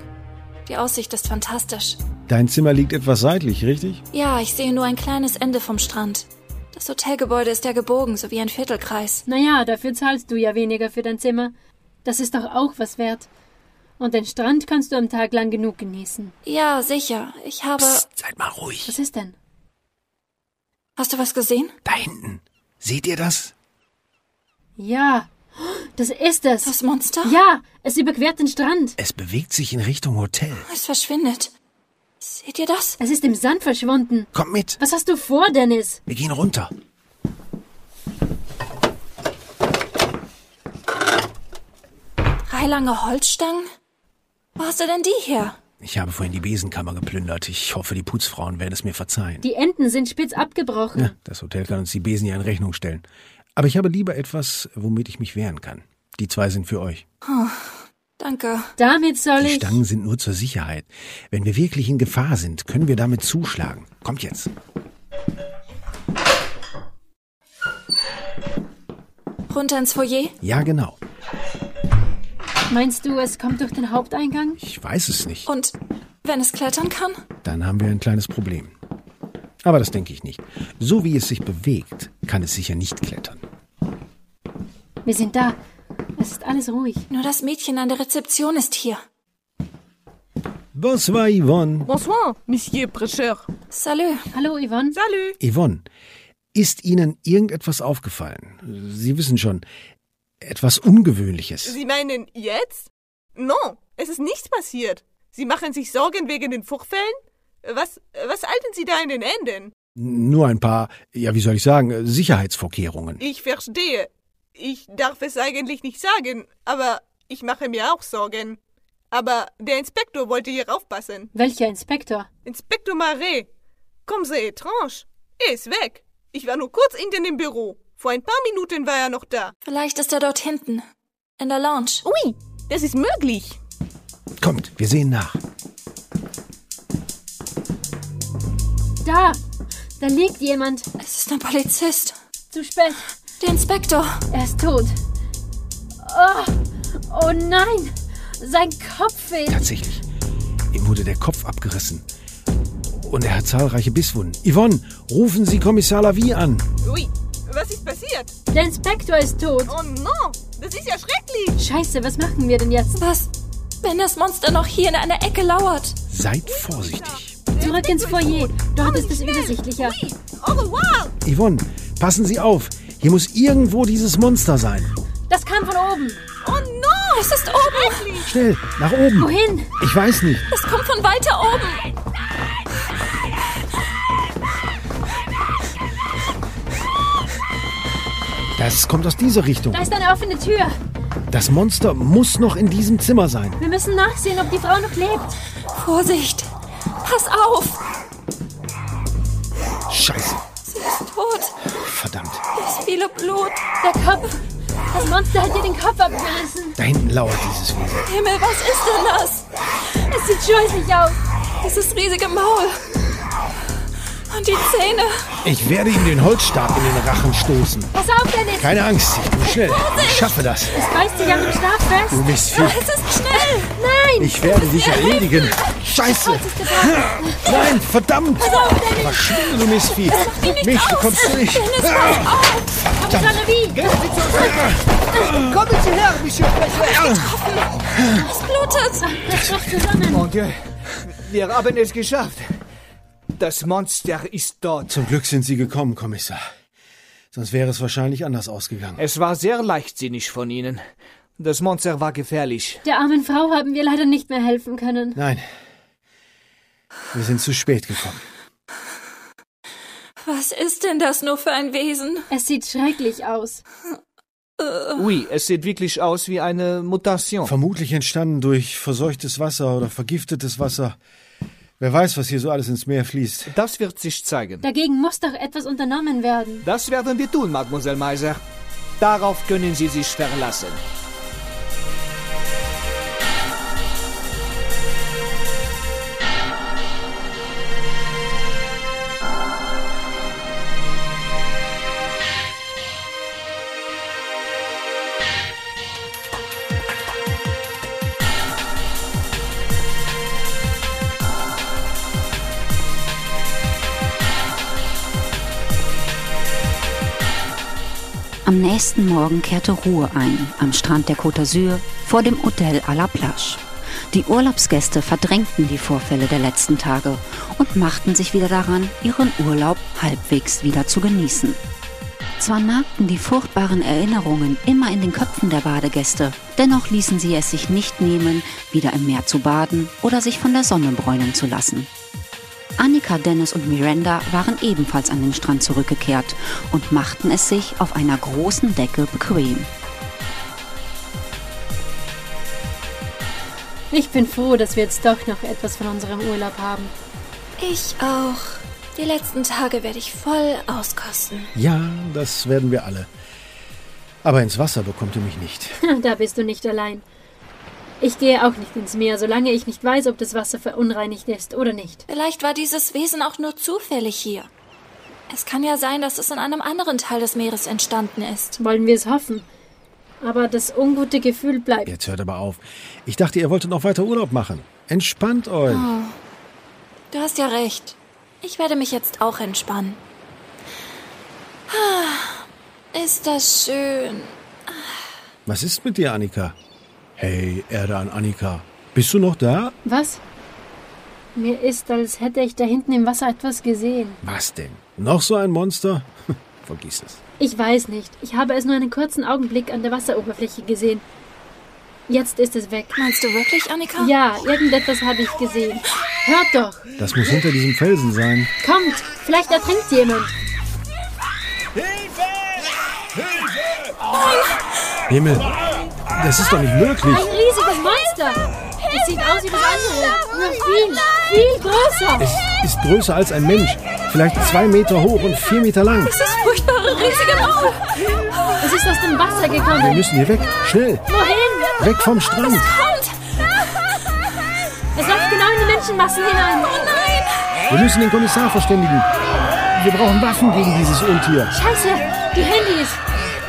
Speaker 10: Die Aussicht ist fantastisch.
Speaker 4: Dein Zimmer liegt etwas seitlich, richtig?
Speaker 10: Ja, ich sehe nur ein kleines Ende vom Strand. Das Hotelgebäude ist ja gebogen, so wie ein Viertelkreis.
Speaker 3: Naja, dafür zahlst du ja weniger für dein Zimmer. Das ist doch auch was wert. Und den Strand kannst du am Tag lang genug genießen.
Speaker 10: Ja, sicher. Ich habe. Psst,
Speaker 4: seid mal ruhig.
Speaker 3: Was ist denn?
Speaker 10: Hast du was gesehen?
Speaker 4: Da hinten. Seht ihr das?
Speaker 3: Ja, das ist es.
Speaker 10: Das Monster?
Speaker 3: Ja, es überquert den Strand.
Speaker 4: Es bewegt sich in Richtung Hotel.
Speaker 10: Es verschwindet. Seht ihr das?
Speaker 3: Es ist im Sand verschwunden.
Speaker 4: Kommt mit.
Speaker 3: Was hast du vor, Dennis?
Speaker 4: Wir gehen runter.
Speaker 10: Drei lange Holzstangen? Wo hast du denn die her?
Speaker 4: Ich habe vorhin die Besenkammer geplündert. Ich hoffe, die Putzfrauen werden es mir verzeihen.
Speaker 3: Die Enden sind spitz abgebrochen. Ja,
Speaker 4: das Hotel kann uns die Besen ja in Rechnung stellen. Aber ich habe lieber etwas, womit ich mich wehren kann. Die zwei sind für euch.
Speaker 10: Oh, danke.
Speaker 3: Damit soll
Speaker 4: Die
Speaker 3: ich.
Speaker 4: Stangen sind nur zur Sicherheit. Wenn wir wirklich in Gefahr sind, können wir damit zuschlagen. Kommt jetzt.
Speaker 10: Runter ins Foyer?
Speaker 4: Ja, genau.
Speaker 3: Meinst du, es kommt durch den Haupteingang?
Speaker 4: Ich weiß es nicht.
Speaker 10: Und wenn es klettern kann?
Speaker 4: Dann haben wir ein kleines Problem. Aber das denke ich nicht. So wie es sich bewegt, kann es sicher nicht klettern.
Speaker 3: Wir sind da. Es ist alles ruhig.
Speaker 10: Nur das Mädchen an der Rezeption ist hier.
Speaker 4: Bonsoir, Yvonne.
Speaker 12: Bonsoir, Monsieur Prêcheur.
Speaker 10: Salut.
Speaker 3: Hallo, Yvonne.
Speaker 12: Salut.
Speaker 4: Yvonne, ist Ihnen irgendetwas aufgefallen? Sie wissen schon, etwas Ungewöhnliches.
Speaker 12: Sie meinen jetzt? No, es ist nichts passiert. Sie machen sich Sorgen wegen den Fruchtfällen? Was, was halten Sie da in den Enden?
Speaker 4: Nur ein paar, ja, wie soll ich sagen, Sicherheitsvorkehrungen.
Speaker 12: Ich verstehe. Ich darf es eigentlich nicht sagen, aber ich mache mir auch Sorgen. Aber der Inspektor wollte hier aufpassen.
Speaker 3: Welcher Inspektor?
Speaker 12: Inspektor Marais. Comme c'est étrange. Er ist weg. Ich war nur kurz hinten im Büro. Vor ein paar Minuten war er noch da.
Speaker 10: Vielleicht ist er dort hinten. In der Lounge.
Speaker 12: Ui, das ist möglich.
Speaker 4: Kommt, wir sehen nach.
Speaker 3: Da! Da liegt jemand.
Speaker 10: Es ist ein Polizist.
Speaker 3: Zu spät.
Speaker 10: Der Inspektor.
Speaker 3: Er ist tot. Oh, oh nein! Sein Kopf fehlt.
Speaker 4: Tatsächlich. Ihm wurde der Kopf abgerissen. Und er hat zahlreiche Bisswunden. Yvonne, rufen Sie Kommissar Lavie an.
Speaker 12: Ui, was ist passiert?
Speaker 3: Der Inspektor ist tot.
Speaker 12: Oh no, das ist ja schrecklich.
Speaker 3: Scheiße, was machen wir denn jetzt?
Speaker 10: Was? Wenn das Monster noch hier in einer Ecke lauert.
Speaker 4: Seid vorsichtig.
Speaker 3: Zurück ins Foyer. Dort ist es übersichtlicher.
Speaker 4: Yvonne, passen Sie auf. Hier muss irgendwo dieses Monster sein.
Speaker 3: Das kam von oben.
Speaker 12: Oh no!
Speaker 10: Es ist oben.
Speaker 4: Schnell, nach oben.
Speaker 3: Wohin?
Speaker 4: Ich weiß nicht.
Speaker 10: Es kommt von weiter oben.
Speaker 4: Das kommt aus dieser Richtung.
Speaker 3: Da ist eine offene Tür.
Speaker 4: Das Monster muss noch in diesem Zimmer sein.
Speaker 3: Wir müssen nachsehen, ob die Frau noch lebt.
Speaker 10: Vorsicht. Pass auf.
Speaker 4: Scheiße.
Speaker 10: Genau. Sie ist tot. viele Blut.
Speaker 3: Der Kopf. Das Monster hat dir den Kopf abgerissen.
Speaker 4: Da hinten lauert dieses Wesen.
Speaker 10: Himmel, was ist denn das?
Speaker 3: Es sieht scheußlich aus.
Speaker 10: Dieses riesige Maul. Und die Zähne.
Speaker 4: Ich werde ihm den Holzstab in den Rachen stoßen.
Speaker 3: Pass auf, Dennis.
Speaker 4: Keine Angst, ich bin schnell. Ich schaffe das.
Speaker 3: Es beißt dich an dem Stab fest.
Speaker 4: Du Mistvieh.
Speaker 10: Es ist schnell.
Speaker 3: Nein.
Speaker 4: Ich werde dich erledigen. Scheiße. Nein, verdammt.
Speaker 10: Pass auf, Dennis.
Speaker 4: Verschwinde, du Mistvieh.
Speaker 10: nicht
Speaker 4: Mich
Speaker 10: aus.
Speaker 4: bekommst du nicht. Ah.
Speaker 10: Dennis, pass auf.
Speaker 3: Aber Sonne wie?
Speaker 5: Komm bitte her, Monsieur President.
Speaker 10: Es blutet.
Speaker 3: Das wird zusammen.
Speaker 8: Mon Dieu, wir haben es geschafft. Das Monster ist dort.
Speaker 4: Zum Glück sind Sie gekommen, Kommissar. Sonst wäre es wahrscheinlich anders ausgegangen.
Speaker 8: Es war sehr leichtsinnig von Ihnen. Das Monster war gefährlich.
Speaker 3: Der armen Frau haben wir leider nicht mehr helfen können.
Speaker 4: Nein. Wir sind zu spät gekommen.
Speaker 10: Was ist denn das nur für ein Wesen?
Speaker 3: Es sieht schrecklich aus.
Speaker 8: Ui, es sieht wirklich aus wie eine Mutation.
Speaker 4: Oh. Vermutlich entstanden durch verseuchtes Wasser oder vergiftetes Wasser. Wer weiß, was hier so alles ins Meer fließt.
Speaker 8: Das wird sich zeigen.
Speaker 3: Dagegen muss doch etwas unternommen werden.
Speaker 8: Das werden wir tun, Mademoiselle Meiser. Darauf können Sie sich verlassen.
Speaker 2: Am nächsten Morgen kehrte Ruhe ein, am Strand der Côte d'Azur, vor dem Hotel à la Plage. Die Urlaubsgäste verdrängten die Vorfälle der letzten Tage und machten sich wieder daran, ihren Urlaub halbwegs wieder zu genießen. Zwar nagten die furchtbaren Erinnerungen immer in den Köpfen der Badegäste, dennoch ließen sie es sich nicht nehmen, wieder im Meer zu baden oder sich von der Sonne bräunen zu lassen. Annika, Dennis und Miranda waren ebenfalls an den Strand zurückgekehrt und machten es sich auf einer großen Decke bequem.
Speaker 3: Ich bin froh, dass wir jetzt doch noch etwas von unserem Urlaub haben. [LAUGHS]
Speaker 10: Ich auch. Die letzten Tage werde ich voll auskosten.
Speaker 4: Ja, das werden wir alle. Aber ins Wasser bekommt ihr mich nicht.
Speaker 3: da bist du nicht allein. Ich gehe auch nicht ins Meer, solange ich nicht weiß, ob das Wasser verunreinigt ist oder nicht.
Speaker 10: Vielleicht war dieses Wesen auch nur zufällig hier. Es kann ja sein, dass es in einem anderen Teil des Meeres entstanden ist.
Speaker 3: Wollen wir es hoffen. Aber das ungute Gefühl bleibt.
Speaker 4: Jetzt hört aber auf. Ich dachte, ihr wolltet noch weiter Urlaub machen. Entspannt euch.
Speaker 10: Du hast ja recht. Ich werde mich jetzt auch entspannen. Ah, Ist das schön.
Speaker 4: Was ist mit dir, Annika? Hey, Erde an Annika. Bist du noch da?
Speaker 3: Was? Mir ist, als hätte ich da hinten im Wasser etwas gesehen.
Speaker 4: Was denn? Noch so ein Monster? [LAUGHS] Vergiss es.
Speaker 3: Ich weiß nicht. Ich habe es nur einen kurzen Augenblick an der Wasseroberfläche gesehen. Jetzt ist es weg.
Speaker 10: Meinst du wirklich, Annika?
Speaker 3: Ja, irgendetwas habe ich gesehen. Hört doch!
Speaker 4: Das muss hinter diesem Felsen sein.
Speaker 3: Kommt! Vielleicht ertrinkt jemand!
Speaker 4: Himmel, das ist doch nicht möglich.
Speaker 3: Ein riesiges Monster! Es sieht aus wie das andere. Nur viel, viel größer!
Speaker 4: Es ist größer als ein Mensch. Vielleicht zwei Meter hoch und vier Meter lang.
Speaker 10: Das furchtbare riesige Maul.
Speaker 3: Es ist aus dem Wasser
Speaker 4: Wir
Speaker 3: gekommen.
Speaker 4: müssen hier weg. Schnell.
Speaker 3: Wohin?
Speaker 4: Weg vom Strand.
Speaker 3: Es läuft genau in die Menschenmassen hinein. Oh nein!
Speaker 4: Wir müssen den Kommissar verständigen. Wir brauchen Waffen gegen dieses Untier.
Speaker 3: Scheiße! Die Handys!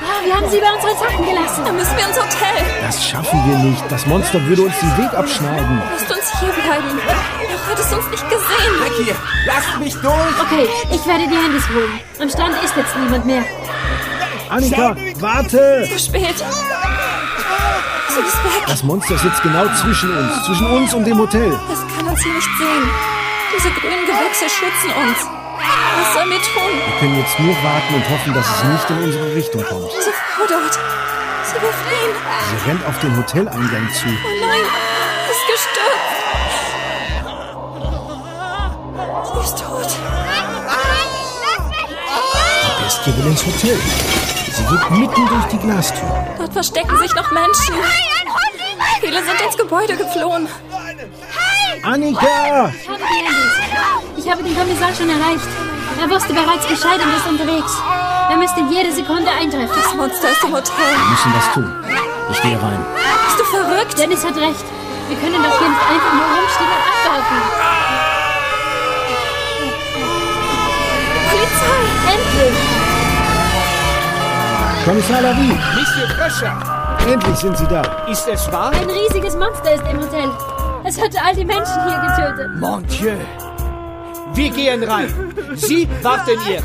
Speaker 3: Ah, wir haben sie bei unseren Sachen
Speaker 10: Dann
Speaker 3: gelassen.
Speaker 10: müssen wir ins Hotel.
Speaker 4: Das schaffen wir nicht. Das Monster würde uns den Weg abschneiden.
Speaker 10: Lasst uns hier bleiben. Doch hat es uns nicht gesehen.
Speaker 5: Hier, lasst mich durch.
Speaker 3: Okay, ich werde die Handys holen. Am Strand ist jetzt niemand mehr.
Speaker 4: Annika, warte!
Speaker 10: Zu spät. Sie ist weg.
Speaker 4: Das Monster sitzt genau zwischen uns. Zwischen uns und dem Hotel.
Speaker 10: Es kann uns nicht sehen. Diese grünen Gewächse schützen uns. Was sollen wir tun?
Speaker 4: Wir können jetzt nur warten und hoffen, dass es nicht in unsere Richtung kommt.
Speaker 10: Diese Frau dort. Sie will fliehen.
Speaker 4: Sie rennt auf den Hoteleingang zu.
Speaker 10: Oh nein, ist gestürzt. Sie ist tot.
Speaker 4: Die Bestie will ins Hotel. Sie geht mitten durch die Glastür.
Speaker 10: Dort verstecken sich noch Menschen. Viele sind ins Gebäude geflohen.
Speaker 4: Annika!
Speaker 3: Ich habe die Handys. Ich habe den Kommissar schon erreicht. Er wusste bereits Bescheid und ist unterwegs. Wir müssen jede Sekunde eintreffen.
Speaker 10: Das Monster ist im Hotel.
Speaker 4: Wir müssen was tun. Ich gehe rein.
Speaker 10: Bist du verrückt?
Speaker 3: Dennis hat recht. Wir können doch hier nicht einfach nur rumstehen und abwarten.
Speaker 10: Polizei!
Speaker 3: Endlich!
Speaker 4: Kommissar Lavie!
Speaker 7: Monsieur Crusher!
Speaker 4: Endlich sind Sie da.
Speaker 7: Ist es wahr?
Speaker 3: Ein riesiges Monster ist im Hotel. Es hatte all die Menschen hier getötet.
Speaker 7: Mon Dieu! Wir gehen rein. Sie warten hier.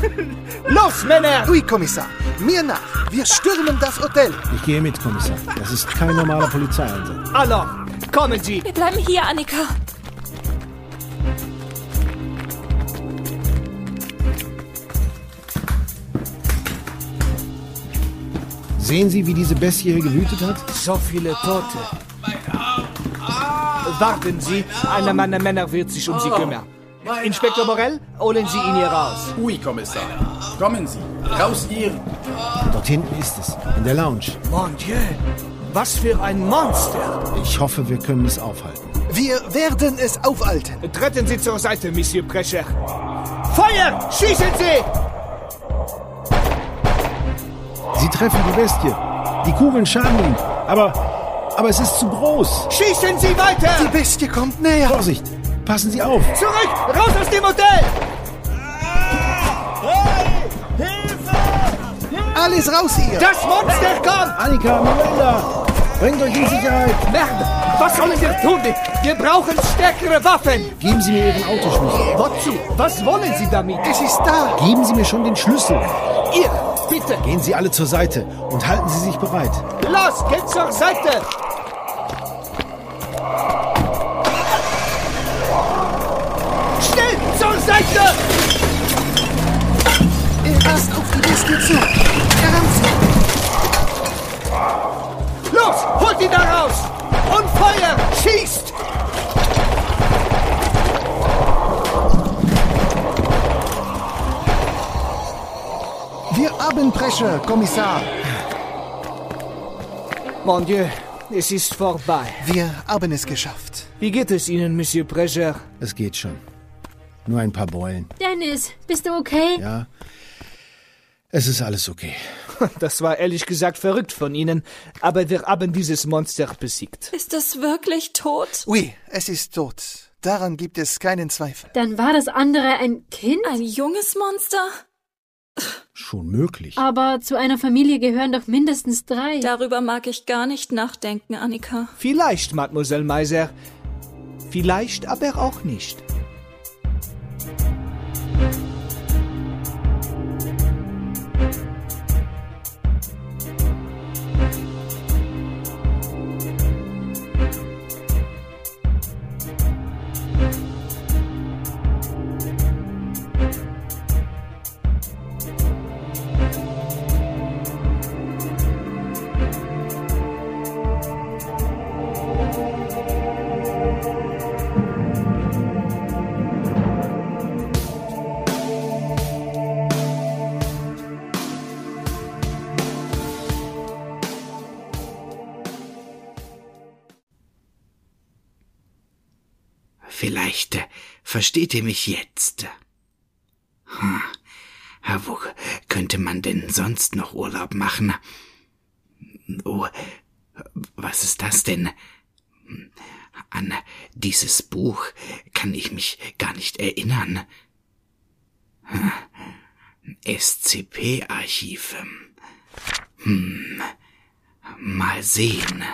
Speaker 7: Los, Männer!
Speaker 9: Oui, Kommissar. Mir nach. Wir stürmen das Hotel.
Speaker 4: Ich gehe mit, Kommissar. Das ist kein normaler Polizeieinsatz.
Speaker 7: Alors, Also, kommen Sie.
Speaker 10: Wir bleiben hier, Annika.
Speaker 4: Sehen Sie, wie diese Bestie hier gewütet hat?
Speaker 7: So viele Tote. Warten Sie, einer meiner Männer wird sich um Sie
Speaker 13: Oh.
Speaker 7: kümmern. Inspektor Morell, holen Sie ihn hier raus.
Speaker 13: Ui, Kommissar. Kommen Sie. Raus hier.
Speaker 4: Dort hinten ist es, in der Lounge.
Speaker 7: Mon Dieu, was für ein Monster.
Speaker 4: Ich hoffe, wir können es aufhalten.
Speaker 9: Wir werden es aufhalten.
Speaker 7: Treten Sie zur Seite, Monsieur Prescher. Feuer! Schießen Sie!
Speaker 4: Sie treffen die Bestie. Die Kugeln schaden ihm. Aber, aber es ist zu groß.
Speaker 7: Schießen Sie weiter!
Speaker 9: Die Bestie kommt näher.
Speaker 4: Vorsicht! Passen Sie auf!
Speaker 7: Zurück! Raus aus dem Hotel!
Speaker 9: Hey! Hilfe! Hilfe! Alles raus hier!
Speaker 7: Das Monster kommt!
Speaker 4: Annika, Miranda! Bringt euch in Sicherheit!
Speaker 7: Merde! Was sollen wir tun? Wir brauchen stärkere Waffen!
Speaker 4: Geben Sie mir Ihren Autoschlüssel.
Speaker 7: Wozu? Was wollen Sie damit?
Speaker 9: Es ist da!
Speaker 4: Geben Sie mir schon den Schlüssel.
Speaker 7: Ihr, bitte!
Speaker 4: Gehen Sie alle zur Seite und halten Sie sich bereit.
Speaker 7: Los, geht zur Seite! Seite!
Speaker 9: Er rast auf die Bestie zu. Er rammt sie.
Speaker 7: Los, holt ihn da raus! Und Feuer! Schießt!
Speaker 9: Wir haben Presche, Kommissar.
Speaker 7: Mon Dieu, es ist vorbei.
Speaker 9: Wir haben es geschafft.
Speaker 7: Wie geht es Ihnen, Monsieur Prescher?
Speaker 4: Es geht schon. Nur ein paar Beulen.
Speaker 3: Dennis, bist du okay?
Speaker 4: Ja. Es ist alles okay.
Speaker 7: Das war ehrlich gesagt verrückt von Ihnen, aber wir haben dieses Monster besiegt.
Speaker 10: Ist das wirklich tot?
Speaker 9: Oui, es ist tot. Daran gibt es keinen Zweifel.
Speaker 3: Dann war das andere ein Kind?
Speaker 10: Ein junges Monster?
Speaker 4: Schon möglich.
Speaker 3: Aber zu einer Familie gehören doch mindestens drei.
Speaker 10: Darüber mag ich gar nicht nachdenken, Annika.
Speaker 7: Vielleicht, Mademoiselle Meiser. Vielleicht aber auch nicht.
Speaker 1: Vielleicht äh, versteht ihr mich jetzt. Hm. Wo könnte man denn sonst noch Urlaub machen? Oh, was ist das denn? An dieses Buch kann ich mich gar nicht erinnern. Hm. SCP-Archive. Hm. Mal sehen.